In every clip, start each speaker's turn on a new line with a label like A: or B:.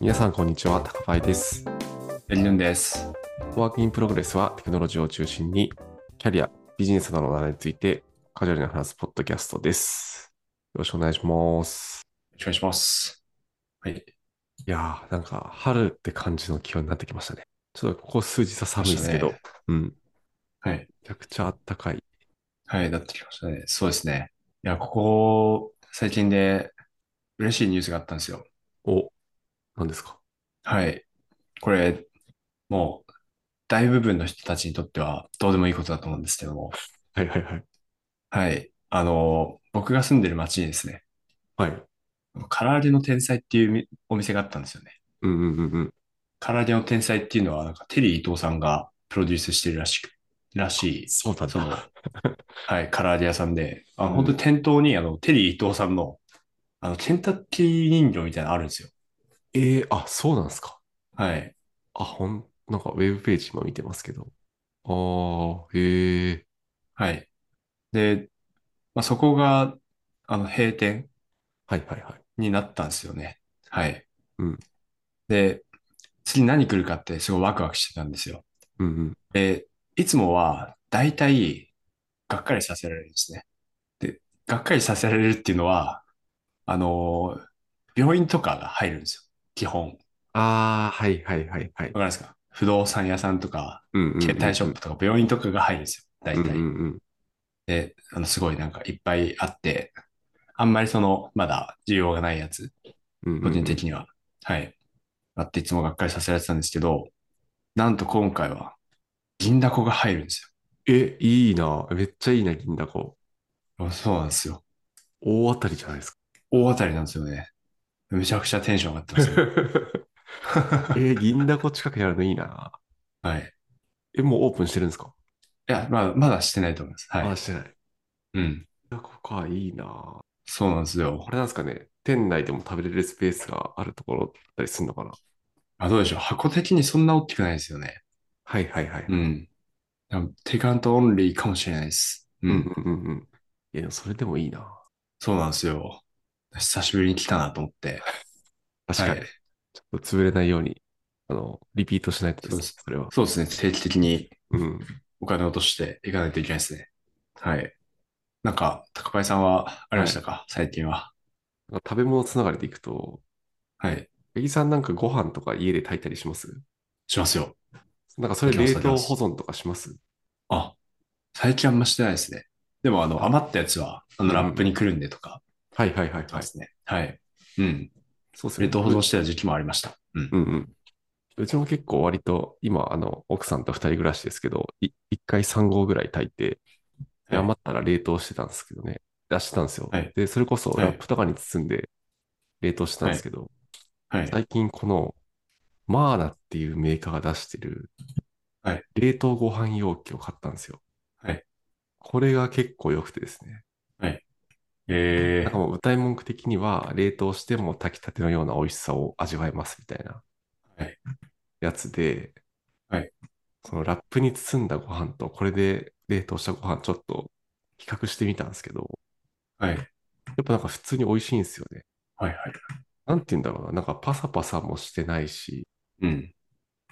A: 皆さん、こんにちは。高パイです。
B: エリヌンです。
A: ワークインプログレスはテクノロジーを中心に、キャリア、ビジネスなどの話題についてカジュアルに話すポッドキャストです。よろしくお願いします。
B: よろしくお願いします。はい。
A: いやー、なんか春って感じの気温になってきましたね。ちょっとここ数日は寒いですけど、
B: 来ま
A: うん。め
B: はい。
A: ちゃくちゃあったかい。
B: はい。なってきましたね。そうですね。いや、ここ、最近で嬉しいニュースがあったんですよ。
A: お、何ですか
B: はい。これ、もう、大部分の人たちにとってはどうでもいいことだと思うんですけども。
A: はいはいはい。
B: はい。あの、僕が住んでる町にですね、
A: はい。
B: 唐揚げの天才っていうみお店があったんですよね。
A: うんうんうんうん。
B: 唐揚げの天才っていうのは、なんかテリー伊藤さんがプロデュースしてるらしく、らしい。
A: そうだ
B: その、
A: な。
B: はい、唐揚げ屋さんで、あ
A: うん
B: の、本当に店頭に、あの、テリー伊藤さんの、あの、ケンタッキー人形みたいなのあるんですよ。
A: えー、あ、そうなんですか。
B: はい。
A: あ、ほん、なんかウェブページ今見てますけど。あー、へー。
B: はい。で、まあ、そこが、あの、閉店
A: はいはいはい。
B: になったんですよね。はい。
A: うん
B: で、次何来るかって、すごいワクワクしてたんですよ。
A: うんうん。
B: で、いつもは、大体、がっかりさせられるんですね。で、がっかりさせられるっていうのは、あの、病院とかが入るんですよ。基本。
A: あー、はいはいはいはい
B: わ。かりますか不動産屋さんとか、
A: うんうんうんうん
B: 携帯ショップとか、病院とかが入るんですよ、大
A: うんう
B: 体。
A: んうん。
B: で、あの、すごいなんかいっぱいあって、あんまりその、まだ需要がないやつ、
A: うんうんうん
B: 個人的には、はい、あっていつもがっかりさせられてたんですけど、なんと今回は、銀だこが入るんです
A: え、いいな。めっちゃいいな、銀だこ。
B: よ。そうなんですよ。
A: 大当たりじゃないですか。
B: 大当たりなんですよね。めちゃくちゃテンション上がってますよ。
A: え銀だこ近くにあるのいいな。
B: はい。い
A: え、もうオープンしてるんですか
B: や、まあ、まだしてないと思います。は
A: あ、
B: い。
A: してない。銀
B: うん。
A: だこか、いいな。
B: そうなんですよ
A: こ。れなんですかね。店内でも食べれるスペースがあるところだったりするのかな。
B: あ、どうでしょう。箱的にそんな大きくないですよね。
A: はいはいはい。
B: うん。でもテイクアウトオンリーかもしれないです。う。
A: うんんうんうんうん。いや、でもそれでもいいな。
B: そうなんですよ。久しぶりに来たなと思って。
A: 確かに。
B: はい。
A: ちょっと潰れないように、あの、リピートしないとですね、
B: そう
A: それは。
B: そうですね。定期的に
A: うん。
B: お金を落としていかないといけないですね。はい。なんか、高林さんはありましたか、最近は。
A: なんか食べ物つながりでいくと、
B: はい。
A: 八木さんなんかご飯とか家で炊いたりします
B: しますよ。
A: なんかそれ
B: できます
A: 冷凍保存とかします
B: あ、最近あんましてないですね。でも、あの、余ったやつは、あ
A: う
B: の、
A: ん
B: ラップにくるんでとか、
A: はいはいはい
B: そ
A: は
B: う
A: い
B: で。すね。はい。うん。
A: そうですね。
B: 冷凍保存してた時期もありました。うん。
A: うんうん。うちも結構割と、今、あの、奥さんと二人暮らしですけど、い一回3合ぐらい炊いて、で
B: はい
A: 余ったら冷凍してたんですけどね。出してたんですよ
B: はい。
A: で、それこそ
B: はい
A: ラップとかに包んで冷凍してたんですけど、
B: はい。
A: 最近この、マーナっていうメーカーが出してる
B: はい、
A: 冷凍ご飯容器を買ったんですよ。
B: はい
A: これが結構良くてですね。
B: え
A: なんか
B: ー、
A: もう歌い文句的には、冷凍しても炊きたてのような美味しさを味わえますみたいな
B: はい
A: やつで、
B: はい
A: そのラップに包んだご飯と、これで冷凍したご飯ちょっと比較してみたんですけど、
B: はい。はい
A: やっぱなんか普通に美味しいんですよね。
B: はい。
A: なんて言うんだろうな、なんかパサパサもしてないし、
B: うん。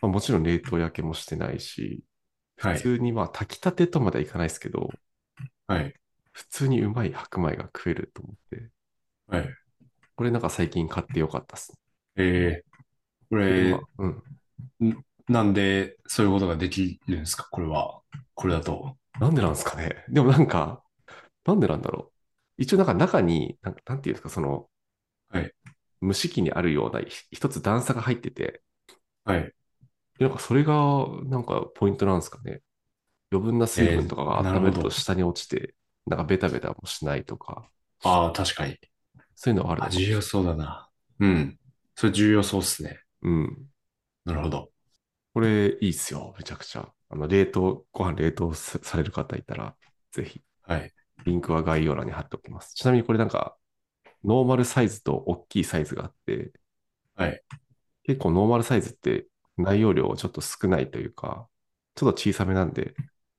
A: まあ、もちろん冷凍焼けもしてないし、
B: は
A: 普
B: い。
A: 通にまあ炊きたてとまではいかないですけど、
B: はい。
A: 普通にうまい白米が食えると思って、
B: はい。
A: これなんか最近買ってよかったっすね。
B: えー、こ
A: で
B: れ
A: まあ、うん。
B: なんでそういうことができるんですかこれは。これだと。
A: なんでなんですかね。でもなんか、なんでなんだろう。一応なんか中に、なんなんていうんですか、その、
B: はい
A: 蒸し器にあるようなひ一つ段差が入ってて、
B: はい。
A: なんかそれがなんかポイントなんですかね。余分な水分とかが
B: えーなる
A: 温
B: ほ
A: め
B: ど
A: ると下に落ちて、なんかベタベタもしないとか、
B: ああ、確かに。
A: そういうのはあるの
B: あ、
A: か
B: 重要そうだな。うん。それ重要そうっすね。
A: うん。
B: なるほど。
A: これいいっすよ、めちゃくちゃ。あの、冷凍、ご飯冷凍さされる方いたら、ぜひ、
B: はい。
A: リンクは概要欄に貼っておきます。ちなみにこれなんか、ノーマルサイズと大きいサイズがあって、
B: はい
A: 結構ノーマルサイズって内容量ちょっと少ないというか、ちょっと小さめなんで、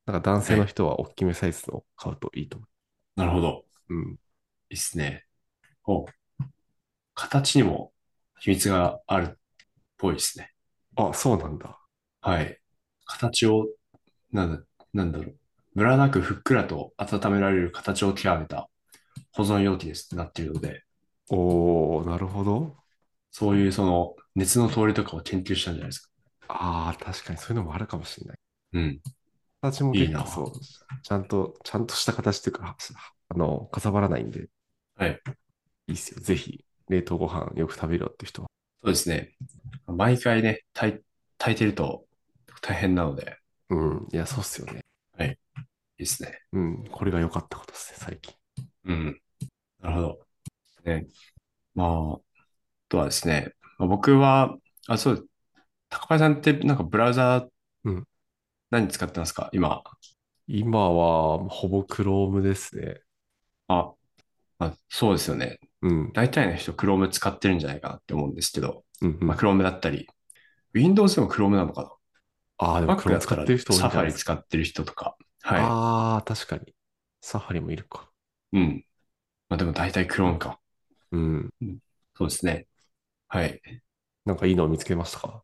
A: なんか男性の人は大きめサイズのを買うといいと思
B: なるほど。
A: う。うん。
B: いいっすね。お形にも秘密があるぽいですね。
A: あ、そうなんだ。
B: はい。形を、なんだ、なんだろう。ムラなくふっくらと温められる形を極めた保存容器ですってなっているので、
A: おー、なるほど。
B: そういうその熱の通りとかを研究したんじゃないですか。
A: ああ、確かにそういうのもあるかもしれない。
B: うん。
A: 形も
B: いい
A: 結構
B: な
A: そう、ちゃんと、ちゃんとした形というか、あの、かさばらないんで、
B: はい。
A: いいっすよ。ぜひ、冷凍ご飯よく食べろって人は。
B: そうですね。毎回ね、炊い、炊いてると大変なので、
A: うん、いや、そうっすよね。
B: いいですね。
A: うん、これが良かったことですね、最近。
B: うん。なるほど。ね。まあ、あとはですね、まあ僕は、あ、そう、高林さんってなんかブラウザ
A: うん
B: 何使ってますか今。
A: 今は、ほぼ Chrome ですね。
B: あ、あ、そうですよね。
A: うん、
B: 大体の人 Chrome 使ってるんじゃないかなって思うんですけど、
A: うん、うん。
B: まあ、
A: あ
B: Chrome だったり、Windows でも Chrome なのか
A: あー、で
B: な
A: も
B: ?Mac
A: Chrome
B: だった
A: 使
B: ら
A: ってる人多いんじゃない
B: Safari
A: ですか。
B: 使ってる人とか。は
A: ああ、確かに。サファリもいるか。
B: い。うん。まあでも大体 Chrome か。
A: うん。
B: そうですね。はい。
A: なんかいいのを見つけましたか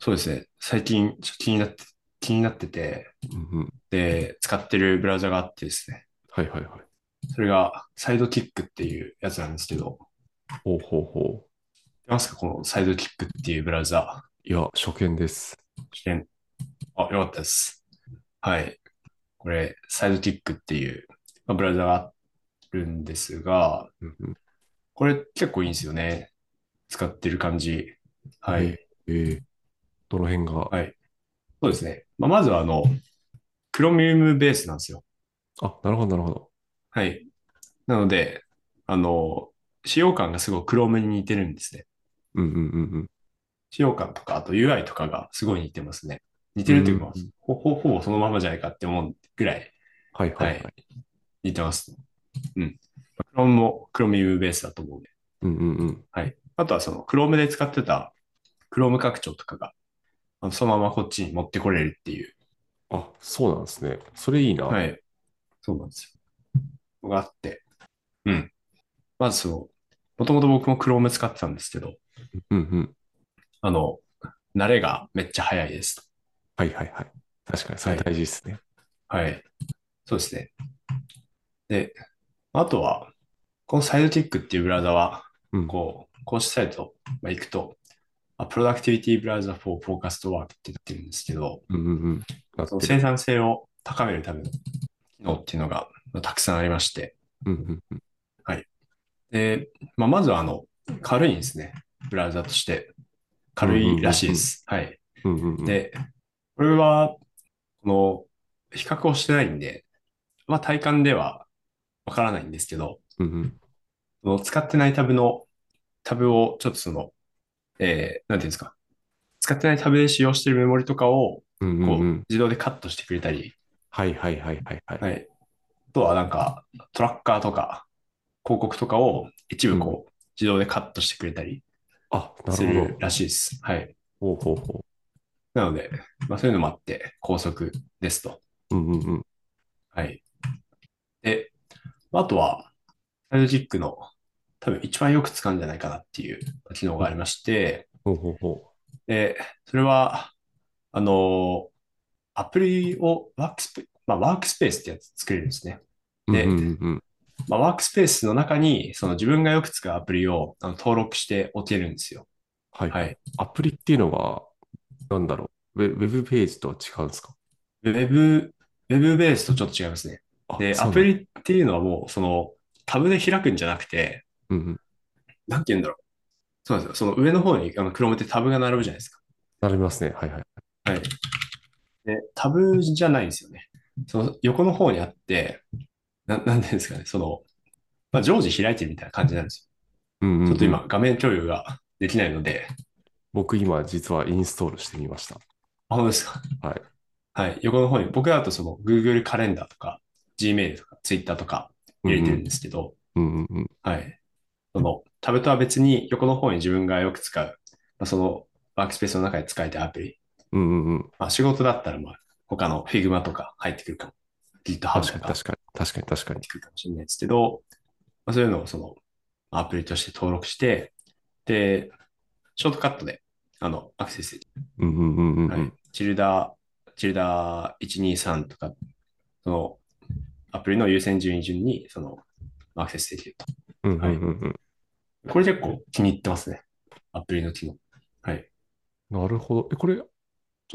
B: そうですね。最近ちょっと気になって、気になってて、
A: うん、うん。
B: で、使ってるブラウザがあってですね。
A: はいはいはい。
B: それがサイドキックっていうやつなんですけど、
A: ほうほうほう。
B: 知ってますかこのサイドキックっていうブラウザ。
A: いや、初見です。
B: 試験あ、よかったです。はい。これ、サイドキックっていう、まあ、ブラウザがあるんですが、
A: うんうん、
B: これ結構いいんですよね。使ってる感じ。はい。
A: ええーどの辺が、
B: はいそうですね。まあ、まずは、あの、クロミウムベースなんですよ。
A: あ、なるほどなるほど。
B: はい。なので、あの、使用感がすごいクロームに似てるんですね。
A: うんうんうんうん。
B: 使用感とか、あと UI とかがすごい似てますね。似てるというか
A: うんうん、
B: ほほほぼそのままじゃないかって思うぐらい
A: はいはいはい。
B: は似てます。うん。クロームもクロミウムベースだと思うんで。
A: うんうんうん。
B: はい。あとはそのクロームで使ってたクローム拡張とかが、あのそのままこっちに持ってこれるっていう。
A: あ、そうなんですね。それいいな。
B: は。い。そうなんですよ。があって。うん。まずその、もともと僕もクローム使ってたんですけど、
A: うんうん。
B: あの、慣れがめっちゃ早いです。
A: はいはいはい。確かに、それ大事ですね。
B: はい。そうですね。で、あとは、このサイドティックっていうブラウザは、
A: うん
B: こう、公式サイト、まあ、行くと、プロダクティビティブラウザ for focused work ってなってるんですけど、
A: うんうんうん。なっ
B: その
A: て
B: 生
A: る。
B: 産性を高めるための機能っていうのがまあたくさんありまして、
A: うんうんうん。
B: で、まあ、まずはあの、軽いんですね。ブラウザとして。軽いらしいです。はい。
A: うんうんうん、
B: で、これは、この、比較をしてないんで、まあ体感ではわからないんですけど、
A: うんうん、
B: その使ってないタブの、タブをちょっとその、えー、なんていうんですか、使ってないタブで使用しているメモリとかを、
A: うんう
B: こ
A: んう。、
B: うん自動でカットしてくれたり、
A: はいはいはいはいはい。
B: はい。あとはなんか、トラッカーとか、広告とかを一部こう、自動でカットしてくれたり
A: あ、な
B: す
A: る
B: るらしいです。はい。
A: ほど。ほうほうほ
B: なので、まあそういうのもあって、高速ですと。
A: う。うんうんうん。
B: はい。で、あとは、サイドキックの多分一番よく使うんじゃないかなっていう機能がありまして、
A: ほうほうほ
B: で、それは、あの、アプリをワークスペ、まあ、ワークスペースってやつ作れるんですね。
A: う。
B: で
A: うんうんうん
B: まあ、ワークスペースの中に、その自分がよく使うアプリをあの登録しておけるんですよ。
A: はい、
B: はい。
A: アプリっていうのは、なんだろう。ウェウェブページとは違うんですか
B: ウェブ、ウェブベースとちょっと違いますね。
A: あ
B: で、
A: そう
B: ア
A: なん
B: プ
A: だ
B: リっていうのはもう、その、タブで開くんじゃなくて、
A: うんうん。
B: なんて言うんだろう。そうなんですよ。その上の方に、あの、Chrome ってタブが並ぶじゃないですか。
A: なりますね。はいはい。
B: はい。で、タブじゃないんですよね。その横の方にあって、な、なんていうんですかね、その、まあ、常時開いてるみたいな感じなんです
A: うんうんうん
B: よ。ちょっと今、画面共有ができないので、
A: 僕今実はインストールしてみました。
B: あ、本当ですか。
A: はい。
B: はい。横の方に、僕だとその、Google カレンダーとか、Gmail とか、Twitter とか入れてるんですけど、
A: うんうんうん。
B: はい。その、タブとは別に、横の方に自分がよく使う、まあ、その、ワークスペースの中で使えたアプリ、
A: うんうんうん。
B: まあ、仕事だったら、まあ、他の Figma とか入ってくるかも。GitHub とか
A: 確かに確かに。確かに確か
B: 入っ
A: に。
B: てくるかもしれないですけど、まあ、そういうのをそのアプリとして登録して、で、ショートカットであの、アクセス、
A: うんうんうんうんうん。
B: はいチルダー、チルダー123とか、その、アプリの優先順位順に、その、アクセスできると。
A: うんうんうん
B: これ結構気に入ってますね。アプリの機能。はい。
A: うん。なるほど。え、これ、ちょ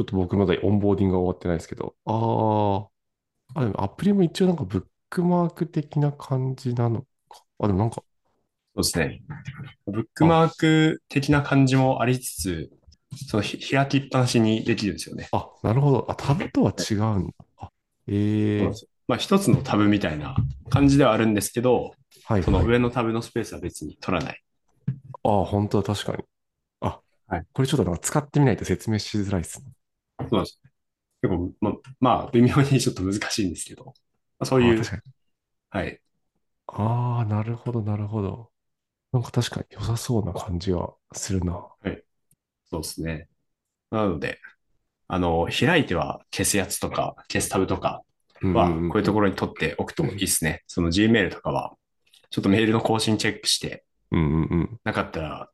A: っと僕まだオンボーディングが終わってないですけど。ああ。あ、でもアプリも一応なんかブックマーク的な感じなのか。あ、でもなんか、
B: そうですね。ブックマーク的な感じもありつつ、そのひ開きっぱなしにできるんですよね。
A: あ、なるほど。あ、タブとは違うんだ。あ、ええ
B: そうなんですよまあ一つのタブみたいな感じではあるんですけど、
A: はい
B: その
A: はい。
B: 上のタブのスペースは別に取らない。
A: あー、本当だ、確かに。あ
B: はい、
A: これちょっとなんか使ってみないと説明しづらいですね。
B: そうなんですよ。結構、ま、まあ、微妙にちょっと難しいんですけど、まあそうい
A: あー
B: う
A: 確、かに。
B: はい。
A: ああ、なるほど、なるほど。なんか確かに良さそうな感じがするな。
B: そうですね。なので、あの、開いては消すやつとか、消すタブとか
A: うん
B: は、
A: うんうん
B: こういうところに取っておくといいですね。その Gmail とかは、ちょっとメールの更新チェックして、
A: うんうんうん。
B: なかったら、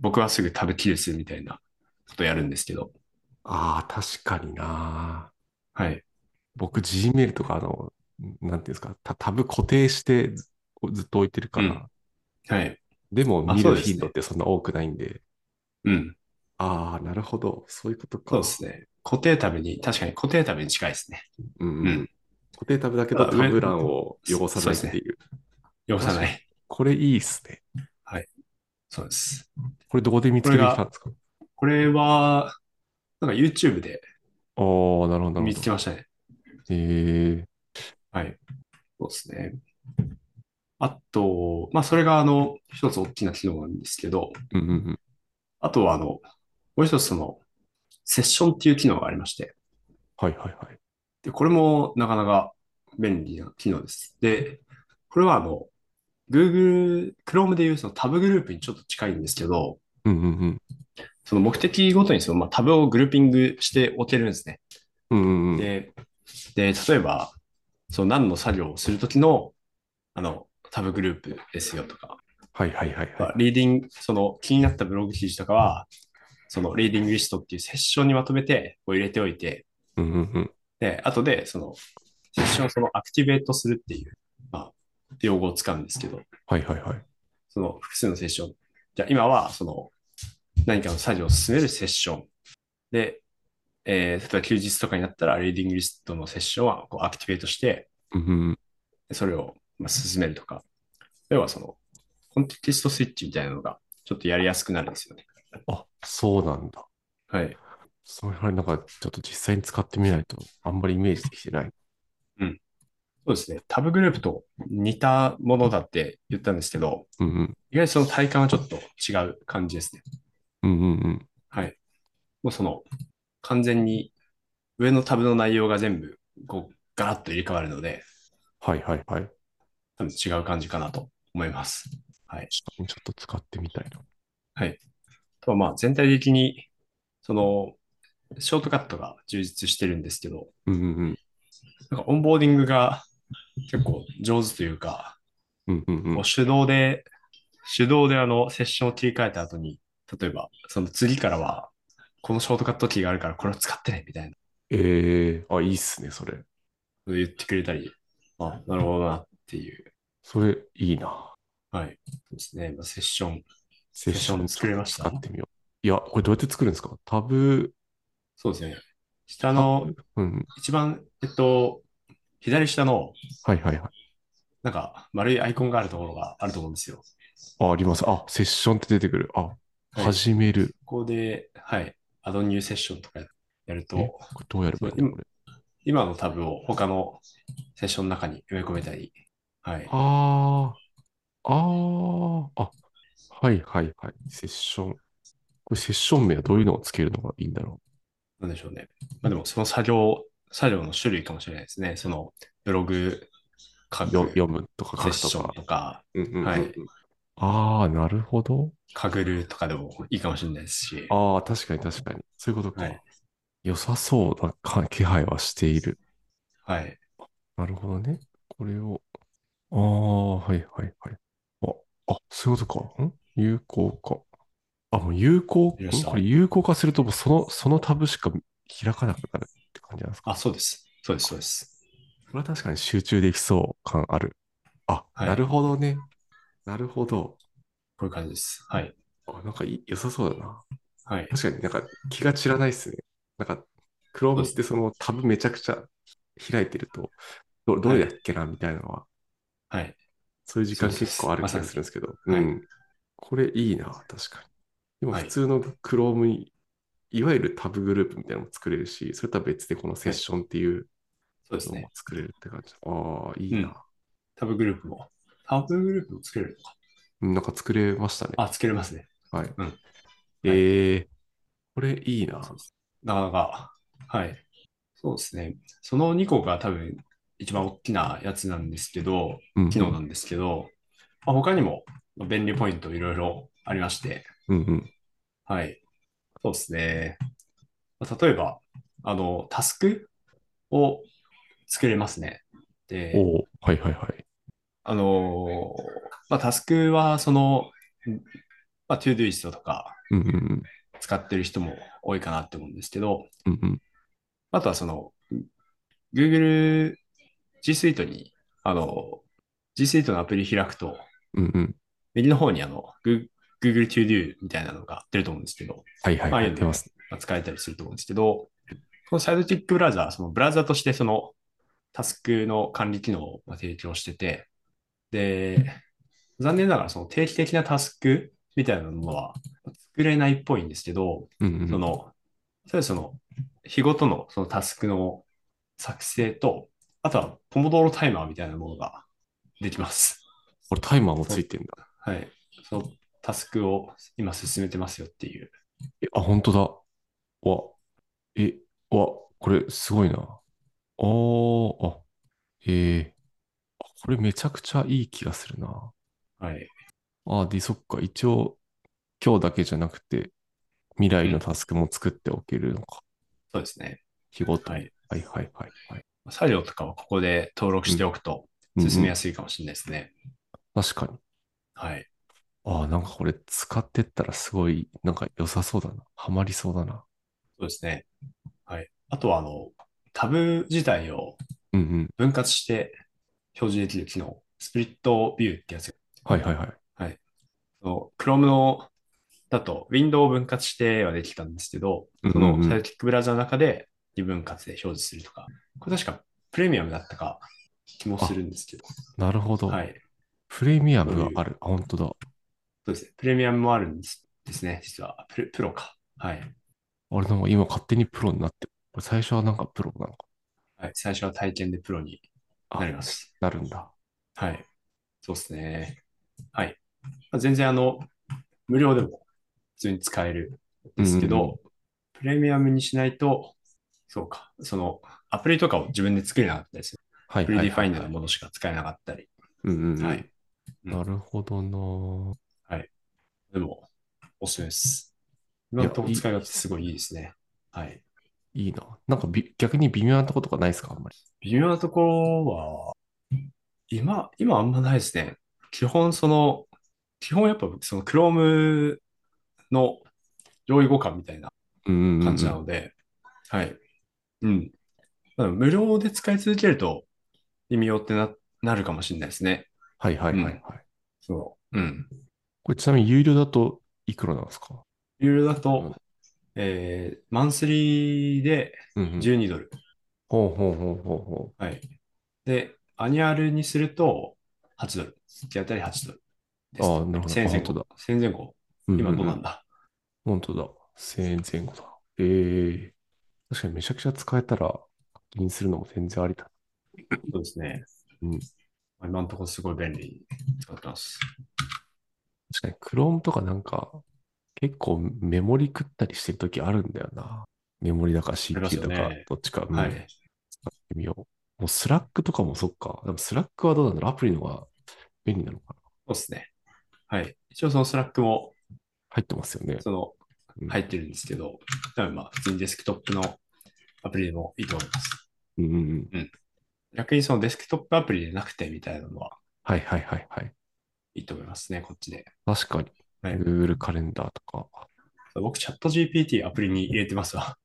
B: 僕はすぐタブ切るするみたいなことやるんですけど、
A: ああ、確かにな。
B: はい。
A: 僕、Gmail とか、あの、なんていうんですか、タタブ固定してずずっと置いてるから、
B: はい。
A: でも
B: あ
A: 見
B: そう
A: る
B: ですね
A: 頻度ってそんな多くないんで、
B: うん。
A: ああ、なるほど、そういうことか。
B: そうですね。固定タブに、確かに固定タブに近いですね。
A: うんう
B: うんん。
A: 固定タブだけど
B: あ
A: タ
B: 上
A: ブ欄を汚さないって
B: そうで
A: いう。
B: 汚さない。
A: これいいっすね。
B: そうです。
A: これどこで見つけてきたんですか
B: これは、なんか YouTube で
A: ああー、なるほど、なるほ
B: 見つ
A: ど。
B: けましたね。
A: ええ
B: はい。そうですね。あと、まあ、それが、あの、一つ大きな機能なんですけど、
A: うんうんうん。
B: あとは、あの、もう一つ、その、セッションっていう機能がありまして、
A: はいはいはい。
B: で、これもなかなか便利な機能です。で、これは、あの、Google、Chrome でいうそのタブグループにちょっと近いんですけど、
A: うんうんうん。
B: その目的ごとにその、まあ、タブをグルーピングしておけるんですね。
A: うんうんうん。
B: で、で、例えば、その何の作業をするときの、あの、タブグループですよとか、
A: はいはいはいはい。
B: リーディング、その気になったブログ記事とかは、そのリーディングリストっていうセッションにまとめてこう入れておいて、
A: うんうんうん。
B: で、後でそのセッションをそのアクティベートするっていう、まあ、用語を使うんですけど、
A: はいはいはい。
B: その複数のセッション。じゃあ今はその何かの作業を進めるセッション。で、えー例えば休日とかになったらリーディングリストのセッションはこうアクティベートして、
A: うんうん。
B: でそれをまあ進めるとか。要はそのコンテキストスイッチみたいなのがちょっとやりやすくなるんですよね。
A: あ、そうなんだ。
B: はい。
A: それはなんかちょっと実際に使ってみないとあんまりイメージできてない。
B: そうですね。タブグループと似たものだって言ったんですけど、
A: うんうん。
B: 意外とその体感はちょっと違う感じですね。
A: うんうんうん。
B: はい。もうその、完全に上のタブの内容が全部、こう、ガラッと入れ替わるので、
A: はいはいはい。
B: 多分違う感じかなと思います。はい。
A: ちょっと使ってみたいな。
B: あとはまあ、全体的に、その、ショートカットが充実してるんですけど、
A: うんうんうん。
B: なんかオンボーディングが結構上手というか、
A: うんうんうん
B: もう。手動で、手動であの、セッションを切り替えた後に、例えば、その次からは、このショートカットキーがあるからこれを使ってね、みたいな
A: ええあ、いいっすね、それ。
B: ことを言ってくれたり、あ、なるほどなっていう。
A: それいいな。
B: はい。そうですね。まあ、セッション。
A: セ
B: ッション作れました
A: 使ってみよう。いや、これどうやって作るんですかタブ、
B: そうですね。下の、
A: うん。
B: 一番、えっと、左下の、
A: はいはいはい。
B: なんか、丸いアイコンがあるところがあると思うんですよ。
A: あ、あります。あ、セッションって出てくる。あ、
B: はい
A: 始める。
B: ここで、はい。アドニューセッションとかやる
A: え
B: と、
A: これどうやればいいのこれ。
B: 今のタブを他のセッションの中に埋め込めたり、はい。
A: ああ、ああ、あ、はいはいはい。セッション。これセッション名はどういうのをつけるのがいいんだろ
B: なんでしょうね。まあでも、その作業、作業の種類かもしれないですね。その、ブログ書
A: う。よ
B: く、
A: 読むとか
B: セ
A: 書
B: ッ
A: く
B: シ
A: と
B: ョン
A: か。
B: とか、
A: うんうんうんうん
B: はい
A: ああ、なるほど。
B: かぐるとかでもいいかもしれないですし、
A: ああ、確かに確かに。そういうことか。
B: はい
A: 良さそうなか気配はしている。
B: はい。
A: なるほどね。これを。ああ、はいはいはい。あ、あ、そういうことか。ん有効か。あ、もう有効、
B: やりました
A: これ有効化すると、もうその、そのタブしか開かなくなるって感じなんですか。
B: あ、そうです。そうです、そうです。
A: これは確かに集中できそう感ある。あ、
B: はい
A: なるほどね。なるほど。
B: こういう感じです。はい。
A: あ、なんかい良さそうだな。
B: はい。
A: 確かになんか気が散らないっすね。なんか、クロームってそのタブめちゃくちゃ開いてると、どどれだっけなみたいなのは、
B: はい。
A: そういう時間結構ある気がするんですけど、うん。これいいな、確かに。でも
B: はい
A: 普通の Chrome に、いわゆるタブグループみたいなのも作れるし、それとは別でこのセッションっていう
B: そうです
A: の
B: ね
A: も。作れるって感じ。ああ、いいな、
B: タブグループも。タブグループも作れるのか。
A: うんなんか作れましたね。
B: あ、作れますね。
A: はい。
B: うんはい
A: ええこれいいな。
B: そうですなかなか。はい。そうですね。その2個が多分一番大きなやつなんですけど、
A: うん
B: 機能なんですけど、まあ、他にも便利ポイントいろいろありまして、
A: うんうん。
B: はい。そうですね。まあ例えば、あの、タスクを作れますね。で、
A: おおはいはいはい。
B: あのーまあ、タスクは、その、んまあ、トゥードゥイストとか
A: うんうん
B: 使ってる人も多いかなって思うんですけど、
A: うん。うんうん。
B: あとはその、Google G Suite に、あの、G Suite のアプリ開くと、
A: うんうん。
B: 右の方にあの、Goo- Google To Do みたいなのが出ると思うんですけど、
A: はいはい
B: まあ
A: はい。
B: い
A: や
B: いね
A: ってます。
B: まあ使えたりすると思うんですけど、このサイドキックブラウザー、そのブラウザーとしてそのタスクの管理機能を提供してて、で、残念ながらその定期的なタスクみたいなものは作れないっぽいんですけど、
A: うんうん。
B: その、それその、日ごとのそのタスクの作成と、あとはポモドーロタイマーみたいなものができます。
A: これタイマーもついてんだ。
B: はい。そのタスクを今進めてますよっていう。
A: え、あ、本当だ。わ、え、わ、これすごいな。あー、あ、ええあこれめちゃくちゃいい気がするな。
B: はい。
A: あー、で、そっか。一応、今日だけじゃなくて、未来のタスクも作っておけるのか。
B: そうですね。
A: 日ごと
B: は
A: に。
B: い。
A: はいはいはいはい。
B: 作業とかはここで登録しておくと
A: うんうん
B: 進めやすいかもしれないですね。
A: 確かに。
B: はい。
A: ああ、なんかこれ使ってったらすごい、なんか良さそうだな。ハマりそうだな。
B: そうですね。はい。あとは、あの、タブ自体を
A: うんうん。
B: 分割して表示できる機能、スプリットビューってやつ。
A: はいはいはい。
B: その Chrome のだと、ウィンドウを分割してはできたんですけど、
A: う
B: そ
A: んうん
B: の
A: うん
B: サイドキックブラウザーの中で二分割で表示するとか、これ確かプレミアムだったか気もするんですけど、
A: なるほど。
B: はい。
A: プレミアムがある。あ、本当だ。
B: そうですね。プレミアムもあるんですですね、実は。プレプロか。はい。
A: あれなんか今勝手にプロになってる。これ最初はなんかプロなのか
B: はい、最初は体験でプロになります。
A: なるんだ。
B: はい。そうですね。はい。まあ全然あの、無料でも普通に使えるんですけ
A: うんうん
B: ど、プレミアムにしないと、そうか、そのアプリとかを自分で作れなかったですね。
A: はい
B: プ
A: は
B: リ
A: いは
B: デ
A: い。
B: ィファインドのものしか使えなかったり。
A: うんうんうん。
B: はい。うん
A: なるほどな。
B: でも、おすすめです。今のところ使い勝手すごいいいですね。はい。
A: いいな。なんかび逆に微妙なとことかないですかあんまり。
B: 微妙なところは、今、今あんまないですね。基本その、基本やっぱその Chrome の上位互換みたいな
A: うんうんうんうん
B: 感じなので、はい。うん。まあ無料で使い続けると意味よってな、なるかもしれないですね。
A: はいはいはいはい。
B: そう。うん。
A: これちなみに有料だといくらなんですか
B: 有料だ
A: うん
B: と、えーマンスリーで
A: うんうん。
B: 12ドル。
A: ほうほうほうほうほ
B: はい。で、アニュアルにすると8ドル。月当たり8ドルです。
A: あーなるほど
B: 1000前
A: あ本当
B: 後。1000前後。
A: う。
B: 今
A: うんうん
B: 5
A: うん
B: なんだ。
A: 本当だ。1000円前後だ。ええ確かにめちゃくちゃ使えたら、課金するのも全然ありだ。
B: そうですね。
A: うん
B: まあ今のところすごい便利に使ってます。
A: 確かに Chrome とかなんか、結構メモリ食ったりしてる時あるんだよな。メモリだか
B: あります
A: CPU
B: よ
A: だ
B: ね
A: か、どっちか、うん
B: は
A: やっ
B: い。
A: てみよう。もう Slack とかもそっか。でも Slack はどうなんだろうアプリの方が便利なのかな
B: そうですね。はい。一応そのスラックも、
A: 入ってますよね。
B: その
A: うん、
B: 入ってるんですけど、多分まあ、普通にデスクトップのアプリでもいいと思います。
A: うんうんうん。
B: 逆にそのデスクトップアプリでなくてみたいなのは
A: はいはいはいはい。
B: いいと思いますね、こっちで。
A: 確かに。
B: はい
A: Google カレンダーとか。
B: 僕、チャット GPT アプリに入れてますわ。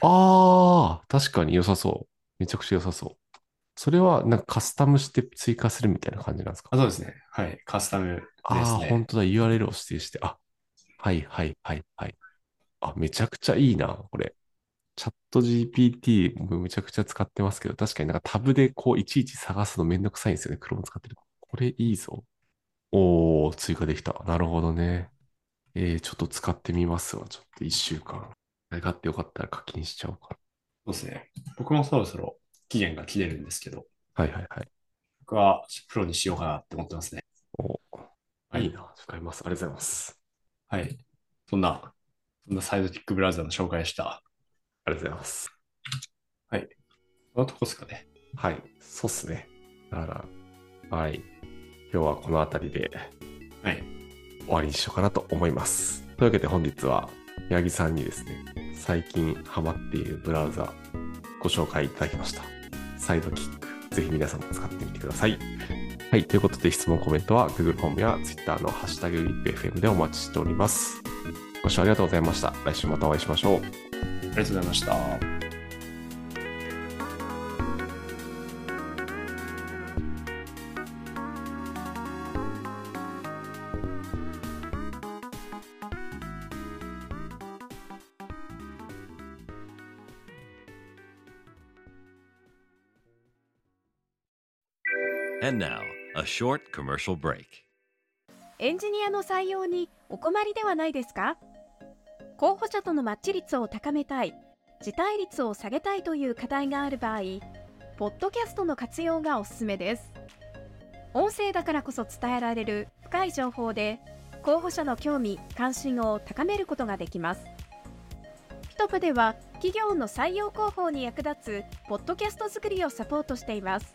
A: ああ、確かに良さそう。めちゃくちゃ良さそう。それはなんかカスタムして追加するみたいな感じなんですか
B: あ、そうですね。はい。カスタムで
A: あ
B: す
A: あ、
B: ね。
A: 本当だ。URL を指定して。あ、はいはいはいはい。あ、めちゃくちゃいいな、これ。チャット GPT もめちゃくちゃ使ってますけど、確かになんかタブでこういちいち探すのめんどくさいんですよね。Chrome 使ってる。これいいぞ。おー、追加できた。なるほどね。えー、ちょっと使ってみますわ。ちょっと一週間。使ってよかったら課金しちゃおうか
B: そうですね。僕もそろそろ期限が切れるんですけど、
A: な。はいはいはい。
B: 僕はプロにしようかなって思ってますね。
A: お
B: はい
A: いいな。使います。ありがとうございます。
B: はい。そんな、そんなサイドキックブラウザーの紹介した、
A: ありがとうございます。
B: このとこですかね。
A: はい、そうっすね。だから、はい。今日はこの辺りで
B: はい。
A: 終わりにしようかなと思います。というわけで本日は、八木さんにですね、最近ハマっているブラウザ、ご紹介いただきました。サイドキック、ぜひ皆さんも使ってみてください。はい、ということで質問、コメントは Google フォームや Twitter のハッシュタグ WIPFM でお待ちしております。ご視聴ありがとうございました。来週またお会いしましょう。
B: ありがとうございました。
C: And now, a short commercial break.
D: エンジニアの採用にお困りではないですか候補者とのマッチ率を高めたい、辞退率を下げたいという課題がある場合、ポッドキャストの活用がおすすめです。音声だからこそ伝えられる深い情報で、候補者の興味・関心を高めることができます。ピトプでは、企業の採用広報に役立つポッドキャスト作りをサポートしています。